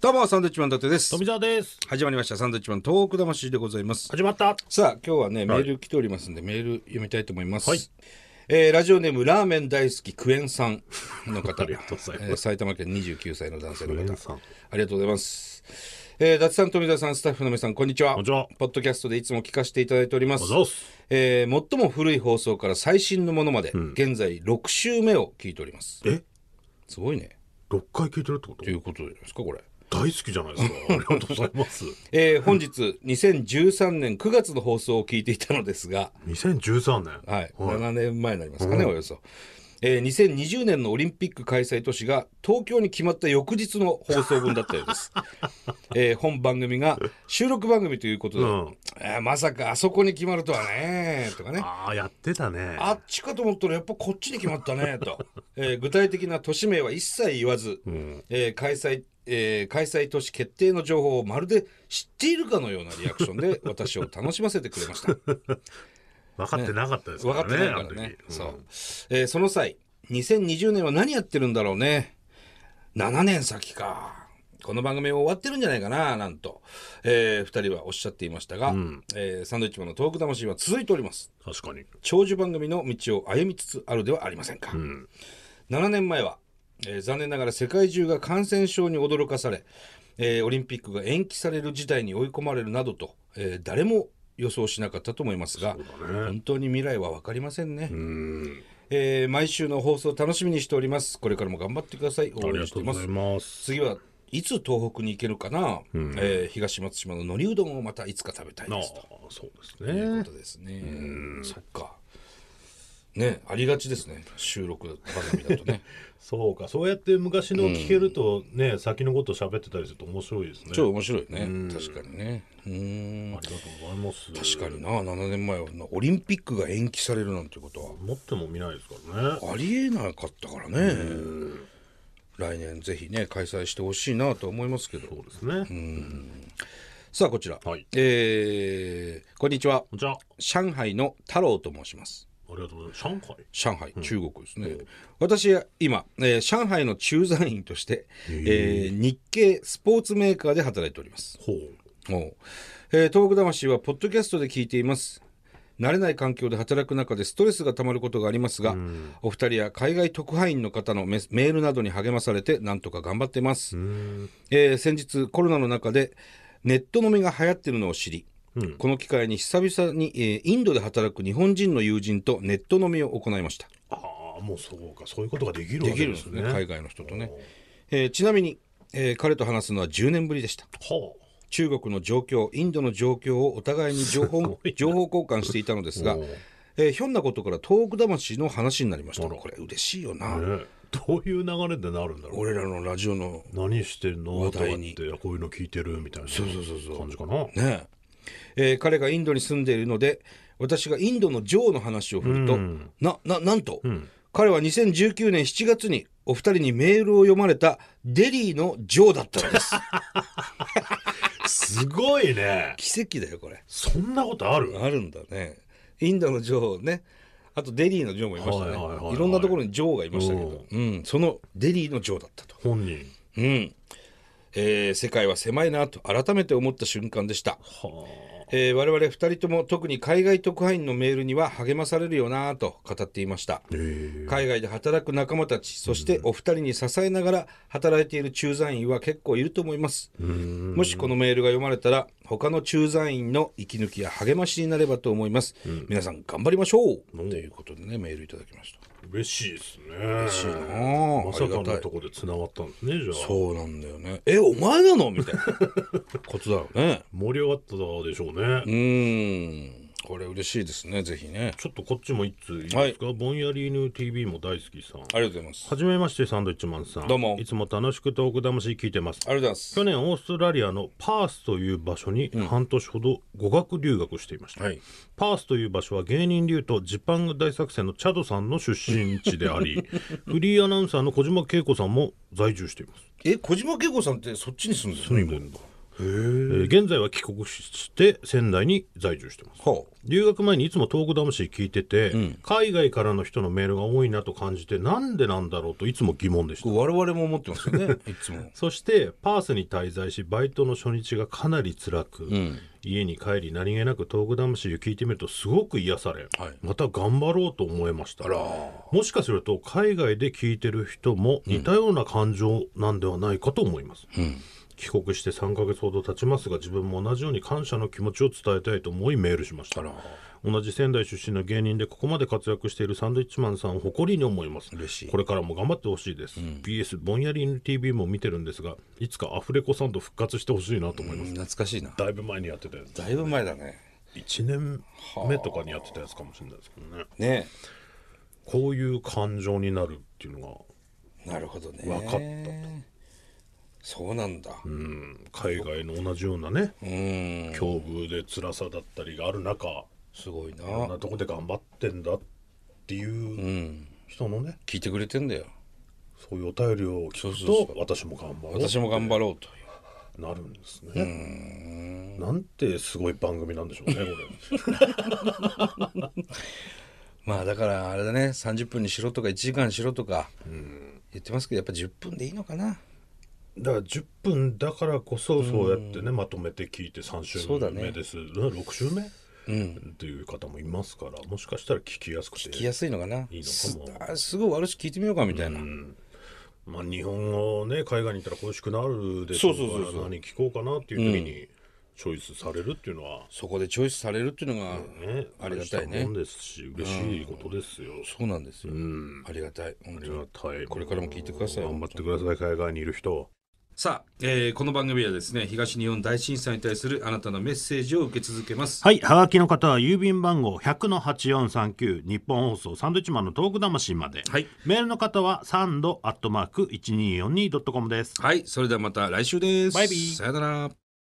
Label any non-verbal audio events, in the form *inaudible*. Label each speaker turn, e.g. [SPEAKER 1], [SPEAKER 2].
[SPEAKER 1] どうも、サンドウィッチマン伊達です。
[SPEAKER 2] 富澤です。
[SPEAKER 1] 始まりました、サンドウィッチマントーク魂でございます。
[SPEAKER 2] 始まった。
[SPEAKER 1] さあ、今日はね、メ
[SPEAKER 2] はい
[SPEAKER 1] ール来ておりますんで、メール読みたいと思います。
[SPEAKER 2] はい
[SPEAKER 1] えーラジオネーム、ラーメン大好き、クエンさんの方。
[SPEAKER 2] ありがとうございま
[SPEAKER 1] え
[SPEAKER 2] す
[SPEAKER 1] ー埼玉県29歳の男性の
[SPEAKER 2] クエ
[SPEAKER 1] 方
[SPEAKER 2] ンさん。
[SPEAKER 1] ありがとうございます。えー、達さん、富田さん、スタッフの皆さん、こんにちは。
[SPEAKER 2] こんにちは
[SPEAKER 1] ポッドキャストでいつも聞かせていただいております。
[SPEAKER 2] おはようございます
[SPEAKER 1] えー最も古い放送から最新のものまで、現在6週目を聞いております。
[SPEAKER 2] え、
[SPEAKER 1] すごいね。
[SPEAKER 2] 六回聞いてるってこと
[SPEAKER 1] ということじゃないですか、これ。
[SPEAKER 2] 大好きじゃないです *laughs* か。ありがとうございます。
[SPEAKER 1] えー本日2013年9月の放送を聞いていたのですが、
[SPEAKER 2] 2013年。
[SPEAKER 1] はい、
[SPEAKER 2] はい。
[SPEAKER 1] 7年前になりますかね、およそ、えー2020年のオリンピック開催都市が東京に決まった翌日の放送分だったよう
[SPEAKER 2] *laughs*
[SPEAKER 1] です、えー本番組が収録番組ということで、
[SPEAKER 2] うん
[SPEAKER 1] えーまさかあそこに決まるとはねとかね
[SPEAKER 2] ああ、やってたね。
[SPEAKER 1] あっちかと思ったらやっぱこっちに決まったねと、えー具体的な都市名は一切言わず、えー開催えー開催都市決定の情報をまるで知っているかのようなリアクション
[SPEAKER 2] *laughs*
[SPEAKER 1] で私を楽しませてくれました。
[SPEAKER 2] 分かってなかったですか
[SPEAKER 1] 分からっ
[SPEAKER 2] ね。
[SPEAKER 1] てないから
[SPEAKER 2] あの
[SPEAKER 1] ね
[SPEAKER 2] 時。
[SPEAKER 1] そう。えーその際、2020年は何やってるんだろうね。7年先か。この番組終わってるんじゃないかな、なんと、え2人はおっしゃっていましたが、えーサンドウィッチマンのトーク魂は続いております。
[SPEAKER 2] 確かに。
[SPEAKER 1] 長寿番組の道を歩みつつあるではありませんか、7年前は、えー残念ながら世界中が感染症に驚かされ、えーオリンピックが延期される事態に追い込まれるなどと、えー誰も予想しなかったと思いますが、本当に未来は分かりませんねえー毎週の放送楽しみにしておりますこれからも頑張ってください
[SPEAKER 2] あ
[SPEAKER 1] 応
[SPEAKER 2] り
[SPEAKER 1] 援
[SPEAKER 2] が
[SPEAKER 1] し
[SPEAKER 2] と
[SPEAKER 1] て
[SPEAKER 2] う
[SPEAKER 1] い
[SPEAKER 2] ご
[SPEAKER 1] ま
[SPEAKER 2] ざ
[SPEAKER 1] す
[SPEAKER 2] います。
[SPEAKER 1] 次はいつ東北に行けるかな、えー東松島ののりうどんをまたいつか食べたい
[SPEAKER 2] ああ
[SPEAKER 1] ですと、
[SPEAKER 2] そう
[SPEAKER 1] という
[SPEAKER 2] で
[SPEAKER 1] ことですね。そっか。ね、ありがちですね。収録番組だと
[SPEAKER 2] *laughs*
[SPEAKER 1] ね。
[SPEAKER 2] す。そうか、そうやって昔の聞けるとね、先のこと喋ってたりすると面白いですね。
[SPEAKER 1] 超面白いね。確かにね。うん
[SPEAKER 2] あ。りがとうございます。
[SPEAKER 1] 確かにな、7年前はなオリンピックが延期されるなんてこと
[SPEAKER 2] 持っても見ないですからね。
[SPEAKER 1] はありえなかったからね。来年ぜひね、開催してほしいなと思いますけど。
[SPEAKER 2] そうですね。
[SPEAKER 1] さあ、こちら。
[SPEAKER 2] はい
[SPEAKER 1] えーこんにちは。
[SPEAKER 2] じゃあ、あ
[SPEAKER 1] 上海の太郎と申します。
[SPEAKER 2] りがとうございます。上海。
[SPEAKER 1] 上海、中国ですね。私は今、えー上海の駐在員として、えー日系スポーツメーカーで働いております。
[SPEAKER 2] ほう。
[SPEAKER 1] おうえー東北魂はポッドキャストで聞いています。慣れない環境で働く中でストレスがたまることがありますが、お二人や海外特派員の方のメスメールなどに励まされて、なんとか頑張ってます。えー先日コロナの中でネット飲みが流行ってるのを知り、この機会に久々に、えーインドで働く日本人の友人とネット飲みを行いました。
[SPEAKER 2] ああ、もうそうか、そういうことができるわ
[SPEAKER 1] でき
[SPEAKER 2] け
[SPEAKER 1] るん
[SPEAKER 2] で
[SPEAKER 1] です
[SPEAKER 2] す
[SPEAKER 1] ね
[SPEAKER 2] ね。
[SPEAKER 1] 海外の人とね、えーちなみに、えー彼と話すのは10年ぶりでした
[SPEAKER 2] は
[SPEAKER 1] 中国の状況インドの状況をお互いに情報情報交換していたのですが
[SPEAKER 2] おう、
[SPEAKER 1] えーひょんなことから東北魂の話になりましたこれ嬉しいよな、
[SPEAKER 2] あ、ね、どういう流れでなるんだろう。
[SPEAKER 1] 俺らのラジオの
[SPEAKER 2] 何してんの
[SPEAKER 1] 話
[SPEAKER 2] とかっ
[SPEAKER 1] 題
[SPEAKER 2] て
[SPEAKER 1] に
[SPEAKER 2] こういうの聞いてるみたいな感
[SPEAKER 1] うそうそう
[SPEAKER 2] じかな。
[SPEAKER 1] ねええー彼がインドに住んでいるので私がインドの女王の話を振ると、なななんと、彼は2019年7月にお二人にメールを読まれたデリーの女王だったのです
[SPEAKER 2] すごいね。
[SPEAKER 1] 奇跡だよこれ
[SPEAKER 2] そんなことある
[SPEAKER 1] あるんだね。インドの女王ね。あとデリーの女王もいましたね。
[SPEAKER 2] はいいはいはいはい
[SPEAKER 1] ろんなところに女王がいましたけど、うん、そのデリーの女王だったと。
[SPEAKER 2] 本人。
[SPEAKER 1] うん。えー世界は狭いなと改めて思った瞬間でした。
[SPEAKER 2] は
[SPEAKER 1] えー我々二人とも特に海外特派員のメールには励まされるよなと語っていました。
[SPEAKER 2] あ。え
[SPEAKER 1] 海外で働く仲間たち、そしてお二人に支えながら働いている駐在員は結構いると思います。もしこのメールが読まれたら、他の駐在員の息抜きや励ましになればと思います。皆さん頑張りましょうということでね、メールいただきました。
[SPEAKER 2] 嬉しいですね。
[SPEAKER 1] いいなあ
[SPEAKER 2] まさか
[SPEAKER 1] ありがた
[SPEAKER 2] の
[SPEAKER 1] い
[SPEAKER 2] とこで繋がったんですね、じゃあ。
[SPEAKER 1] そうなんだよね。え、お前なのみ *laughs* たいなことだよね。
[SPEAKER 2] 盛り上がったでしょうね。
[SPEAKER 1] うーん。これ嬉しいですね、ぜひね。
[SPEAKER 2] ちょっとこっちも一通いいですか、ぼんやり犬 TV も大好きさん。
[SPEAKER 1] ありがとうございます。
[SPEAKER 2] はじめまして、サンドイッチマンさん。
[SPEAKER 1] どうも
[SPEAKER 2] いつも楽しくトーク魂聞いてます。
[SPEAKER 1] ありがとうございます。
[SPEAKER 2] 去年オーストラリアのパースという場所に半年ほど語学留学していました、
[SPEAKER 1] はい
[SPEAKER 2] パースという場所は芸人流とジパング大作戦のチャドさんの出身地であり
[SPEAKER 1] *laughs*
[SPEAKER 2] フリーアナウンサーの小島慶子さんも在住しています
[SPEAKER 1] え、小島慶子さんってそっちに住んでるの
[SPEAKER 2] 住んでんだえー現在は帰国して仙台に在住してます
[SPEAKER 1] ほう
[SPEAKER 2] 留学前にいつも東北魂聞いてて、海外からの人のメールが多いなと感じてなんでなんだろうといつも疑問でした
[SPEAKER 1] 我々も思ってますよ *laughs* ねいつも
[SPEAKER 2] そしてパースに滞在しバイトの初日がかなり辛く、家に帰り何気なく東北魂を聞いてみるとすごく癒され、
[SPEAKER 1] はい
[SPEAKER 2] また頑張ろうと思いました
[SPEAKER 1] あら
[SPEAKER 2] もしかすると海外で聞いてる人も似たような感情なんではないかと思います、帰国して3ヶ月ほど経ちますが自分も同じように感謝の気持ちを伝えたいと思いメールしました
[SPEAKER 1] あら
[SPEAKER 2] 同じ仙台出身の芸人でここまで活躍しているサンドイッチマンさんを誇りに思います
[SPEAKER 1] 嬉しい
[SPEAKER 2] これからも頑張ってほしいです、BS ぼんやり NTV も見てるんですがいつかアフレコサンド復活してほしいなと思います、
[SPEAKER 1] 懐かしいな
[SPEAKER 2] だいぶ前にやってたやつ
[SPEAKER 1] だいぶ前だね
[SPEAKER 2] 1年目とかにやってたやつかもしれないですけどね
[SPEAKER 1] ね
[SPEAKER 2] こういう感情になるっていうのが
[SPEAKER 1] なるほどね
[SPEAKER 2] わかったと
[SPEAKER 1] そうなんだう
[SPEAKER 2] うん海外の同じようなね
[SPEAKER 1] ーん
[SPEAKER 2] 境遇で辛さだったりがある中
[SPEAKER 1] すごいな
[SPEAKER 2] こんなとこで頑張ってんだっていう人のね
[SPEAKER 1] 聞いてくれてんだよ
[SPEAKER 2] そういうお便りを聞
[SPEAKER 1] そうそう
[SPEAKER 2] くと私も頑張ろう
[SPEAKER 1] 私も頑張ろうという
[SPEAKER 2] なるんですね。なんてすごい番組なんでしょうね、これ。
[SPEAKER 1] まあだからあれだね30分にしろとか1時間にしろとか言ってますけどやっぱ10分でいいのかな
[SPEAKER 2] *laughs* だから10分だからこそそうやってね、まとめて聞いて3週
[SPEAKER 1] そうだね
[SPEAKER 2] 目です、6週目、っていう方もいますからもしかしたら聞きやすく
[SPEAKER 1] 聞き
[SPEAKER 2] て、
[SPEAKER 1] やすいのかない
[SPEAKER 2] いの
[SPEAKER 1] す
[SPEAKER 2] かも
[SPEAKER 1] あすごい悪し聞いてみようかみたいな
[SPEAKER 2] まあ、日本語をね海外に行ったら恋しくなるでしょうから
[SPEAKER 1] そうそうそうそう
[SPEAKER 2] 何聞こうかなっていう時にチョイスされるっていうのは、
[SPEAKER 1] そこでチョイスされるっていうのが
[SPEAKER 2] ね
[SPEAKER 1] ありがたいね
[SPEAKER 2] 大しもんですし嬉しいことですよ。
[SPEAKER 1] そうなんですよありがたい本当
[SPEAKER 2] あり
[SPEAKER 1] に
[SPEAKER 2] がたい
[SPEAKER 1] これからも聞いてください
[SPEAKER 2] 頑張ってください海外にいる人
[SPEAKER 1] さあ、えーこの番組はですね東日本大震災に対するあなたのメッセージを受け続けます
[SPEAKER 2] はい、はがきの方は郵便番号100の8439日本放送サンドイッチマンのトーク魂まで、
[SPEAKER 1] はい
[SPEAKER 2] メールの方はサンドアットマーク 1242.com です。
[SPEAKER 1] はいそれではまた来週です
[SPEAKER 2] バイビー
[SPEAKER 1] さよなら